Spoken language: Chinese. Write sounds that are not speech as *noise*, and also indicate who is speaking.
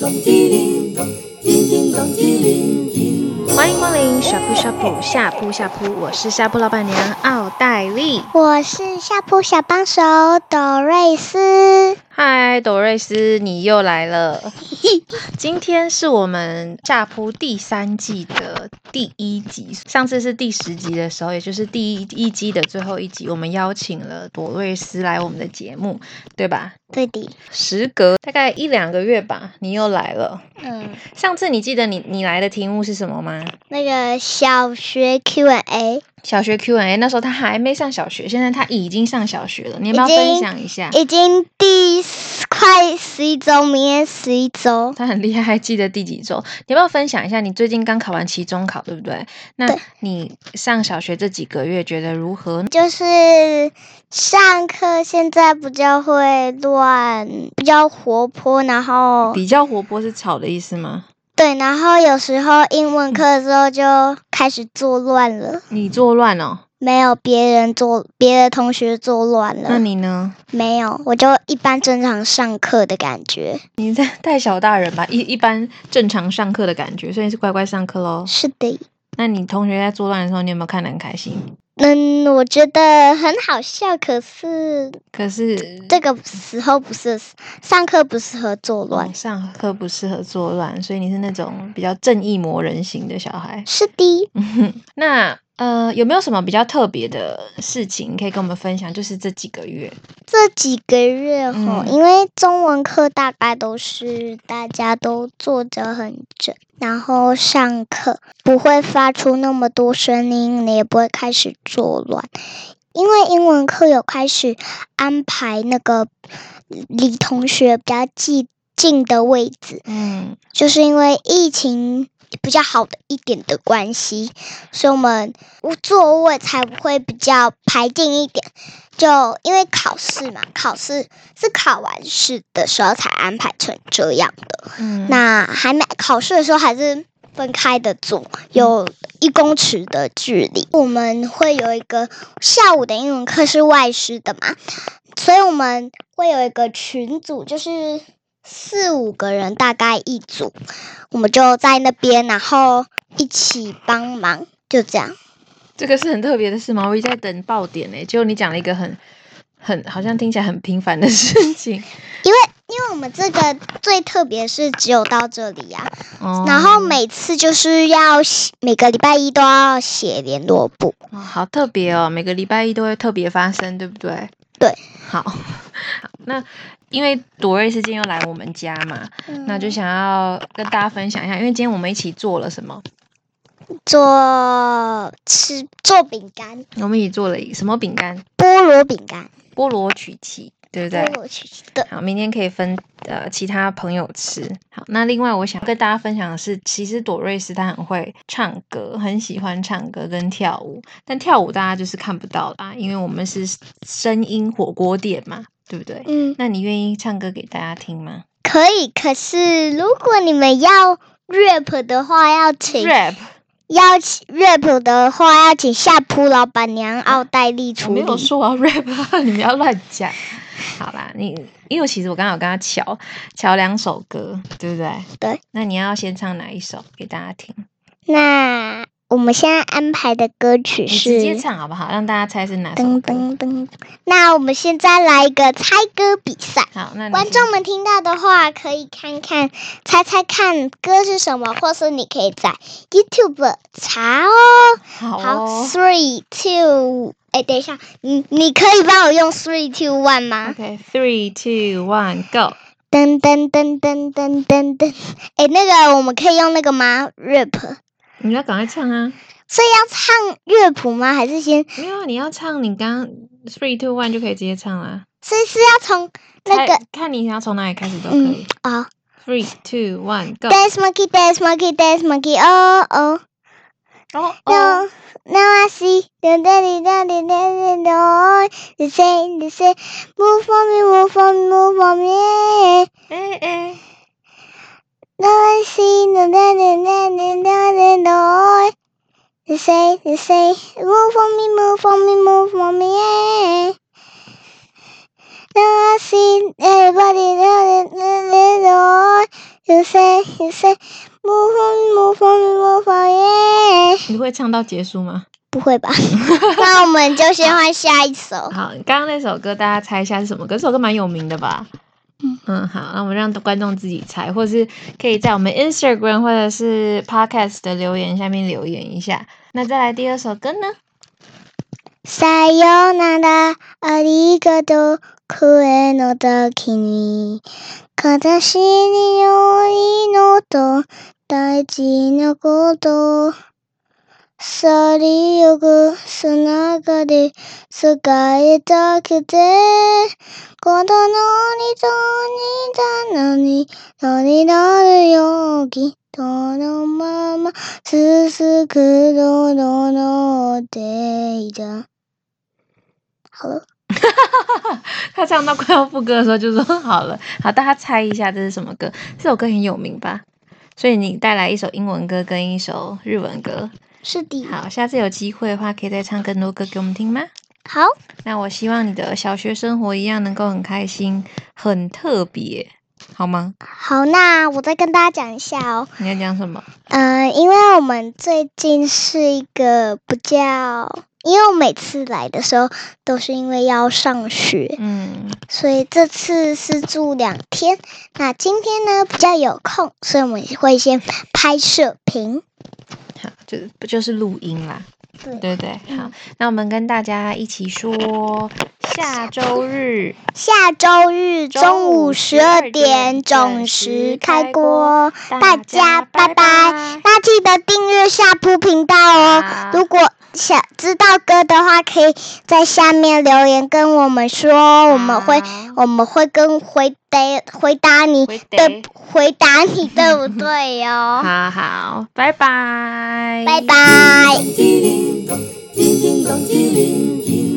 Speaker 1: 咚叮铃咚，叮叮咚叮铃叮。
Speaker 2: 欢迎光临小布小布下铺下铺，我是下铺老板娘奥黛丽。
Speaker 3: 我是下铺小帮手朵瑞斯，
Speaker 2: 嗨，朵瑞斯，你又来了。今天是我们下铺第三季的第一集，上次是第十集的时候，也就是第一一季的最后一集，我们邀请了朵瑞斯来我们的节目，对吧？
Speaker 3: 对的，
Speaker 2: 时隔大概一两个月吧，你又来了。
Speaker 3: 嗯，
Speaker 2: 上次你记得你你来的题目是什么吗？
Speaker 3: 那个小学 Q&A
Speaker 2: 小学 Q&A 那时候他还没上小学，现在他已经上小学了，你要不要
Speaker 3: 已经
Speaker 2: 分享一下？
Speaker 3: 已经第十快十一周，明天十一周，
Speaker 2: 他很厉害，还记得第几周？你要不要分享一下？你最近刚考完期中考，对不对？那
Speaker 3: 对
Speaker 2: 你上小学这几个月觉得如何？
Speaker 3: 就是上课现在比较会乱，比较活泼，然后
Speaker 2: 比较活泼是吵的意思吗？
Speaker 3: 对，然后有时候英文课的时候就开始作乱了，
Speaker 2: 你作乱哦，
Speaker 3: 没有别人作，别的同学作乱
Speaker 2: 那
Speaker 3: 了，
Speaker 2: 你呢？
Speaker 3: 没有，我就一般正常上课的感觉，
Speaker 2: 你在带小大人吧，一一般正常上课的感觉，所以是乖乖上课喽。
Speaker 3: 是的。
Speaker 2: 那你同学在作乱的时候，你有没有看得很开心？
Speaker 3: 嗯，我觉得很好笑，可是
Speaker 2: 可是
Speaker 3: 这个时候不是上课不适合作乱
Speaker 2: 晚。上课不适合作乱，所以你是那种比较正义魔人型的小孩。
Speaker 3: 是的，
Speaker 2: 那呃，有没有什么比较特别的事情可以跟我们分享？就是这几个月，
Speaker 3: 这几个月吼，
Speaker 2: 嗯
Speaker 3: 因为中文课大概都是大家都坐着很正，然后上课不会发出那么多声音，你也不会开始作乱。因为英文课有开始安排那个离同学比较近近的位置，
Speaker 2: 嗯，
Speaker 3: 就是因为疫情比较好的一点的关系，所以我们座位才会比较排定一点。就因为考试嘛，考试是考完试的时候才安排成这样的。
Speaker 2: 嗯
Speaker 3: 那还没考试的时候还是分开的坐，有一公尺的距离。我们会有一个下午的英文课是外师的嘛，所以我们会有一个群组，就是四五个人大概一组，我们就在那边，然后一起帮忙，就这样。
Speaker 2: 这个是很特别的事吗？我一直在等爆点呢、结果你讲了一个很很好像听起来很平凡的事
Speaker 3: *laughs*
Speaker 2: 情，
Speaker 3: 因为我们这个最特别是只有到这里呀、
Speaker 2: 哦
Speaker 3: 然后每次就是要写每个礼拜一都要写联络簿，
Speaker 2: 哦好特别哦，每个礼拜一都会特别发生，对不对？
Speaker 3: 对，
Speaker 2: 好，好那因为朵瑞斯今天又来我们家嘛，那就想要跟大家分享一下，因为今天我们一起做了什么？
Speaker 3: 做吃做饼干，
Speaker 2: 我们一起做了一什么饼干？
Speaker 3: 菠萝饼干，
Speaker 2: 菠萝曲奇，对不对？
Speaker 3: 菠萝曲奇对，
Speaker 2: 好，明天可以分呃其他朋友吃。好，那另外我想跟大家分享的是，其实朵瑞斯她很会唱歌，很喜欢唱歌跟跳舞，但跳舞大家就是看不到啦，因为我们是声音火锅店嘛，对不对？
Speaker 3: 嗯，
Speaker 2: 那你愿意唱歌给大家听吗
Speaker 3: 可以。可是如果你们要 rap 的话，要请
Speaker 2: ？rap
Speaker 3: 要请 rap 的话，要请下铺老板娘奥黛丽
Speaker 2: 我
Speaker 3: 处
Speaker 2: 没
Speaker 3: 理。
Speaker 2: 有说我要 *laughs* rap，啊你们要乱讲。好啦，你因为其实我刚好跟他瞧瞧两首歌，对不对？
Speaker 3: 对。
Speaker 2: 那你要先唱哪一首给大家听？
Speaker 3: 那我们现在安排的歌曲
Speaker 2: 你
Speaker 3: 是
Speaker 2: 直接唱好不好？让大家猜是哪首
Speaker 3: 噔
Speaker 2: 歌。
Speaker 3: 噔噔。那我们现在来一个猜歌比赛，
Speaker 2: 好，那你
Speaker 3: 观
Speaker 2: 先
Speaker 3: 众们听到的话，可以看看猜猜看歌是什么，或是你可以在 YouTube 查哦。
Speaker 2: 好
Speaker 3: 好
Speaker 2: 哦。
Speaker 3: ，three two，哎，等一下，你你可以帮我用 three two one 吗？
Speaker 2: OK, three, two, one, go。
Speaker 3: 噔噔噔噔噔噔噔，哎，那个我们可以用那个吗？rap，
Speaker 2: 你要赶快唱啊！
Speaker 3: 所以要唱乐谱吗？还是先
Speaker 2: 没有，啊你要唱，你刚 three, two, one 就可以直接唱啦。
Speaker 3: 是是要从那个
Speaker 2: 看看你想要从哪里开始都可
Speaker 3: 嗯
Speaker 2: 以。
Speaker 3: 啊、哦
Speaker 2: Three, two, one, go。
Speaker 3: Dance monkey, dance monkey, dance monkey, oh oh.
Speaker 2: 哦
Speaker 3: No, now I see the daddy, daddy, daddy, no. They say, they say, move for me, move for me, move for me. yeah.
Speaker 2: 哎哎，
Speaker 3: Now I see the daddy, daddy, daddy, no. They say, they say, move for me, move for me, move for me. yeah. Now I see everybody, daddy, daddy, no. You say, 一岁，沐风沐风沐风耶。
Speaker 2: 你会唱到结束吗？
Speaker 3: 不会吧？ *laughs* 那我们就先换下一首。
Speaker 2: 好，刚刚那首歌大家猜一下是什么歌？这首歌蛮有名的吧？
Speaker 3: 嗯
Speaker 2: 嗯，好，那我们让观众自己猜，或是可以在我们 Instagram 或者是 Podcast 的留言下面留言一下。那再来第二首歌呢？
Speaker 3: さよなら、ありがとう、声の時に。悲しい匂いのと、大事なこと。去りゆくつながり、使いたくて。子供にとにたのに、とになるよ、きっとのまま。続くののので的。好了，
Speaker 2: 他唱到快要副歌的时候就说好了，好，大家猜一下这是什么歌？这首歌很有名吧？所以你带来一首英文歌跟一首日文歌。
Speaker 3: 是的。
Speaker 2: 好，下次有机会的话，可以再唱更多歌给我们听吗？
Speaker 3: 好，
Speaker 2: 那我希望你的小学生活一样能够很开心、很特别，好吗？
Speaker 3: 好，那我再跟大家讲一下哦。
Speaker 2: 你要讲什么？
Speaker 3: 呃，因为我们最近是一个比较，因为我每次来的时候都是因为要上
Speaker 2: *laughs*
Speaker 3: 学，
Speaker 2: 嗯，
Speaker 3: 所以这次是住两天。那今天呢比较有空，所以我们会先拍摄屏。
Speaker 2: 好，就不就是录音啦，
Speaker 3: 对嗯
Speaker 2: 对不对？好，那我们跟大家一起说，下周日
Speaker 3: 下周日中午十二点准时开锅，大家拜拜。
Speaker 2: 拜。
Speaker 3: 那记得订阅下铺频道哦。
Speaker 2: 啊
Speaker 3: 如果想知道歌的话，可以在下面留言跟我们说
Speaker 2: 啊
Speaker 3: 哦，我们会我们会跟回答回答你
Speaker 2: 回答
Speaker 3: 对回答你对不对哟、
Speaker 2: 好好，拜拜，
Speaker 3: 拜拜。
Speaker 1: 叮叮咚，叮叮咚，叮铃叮。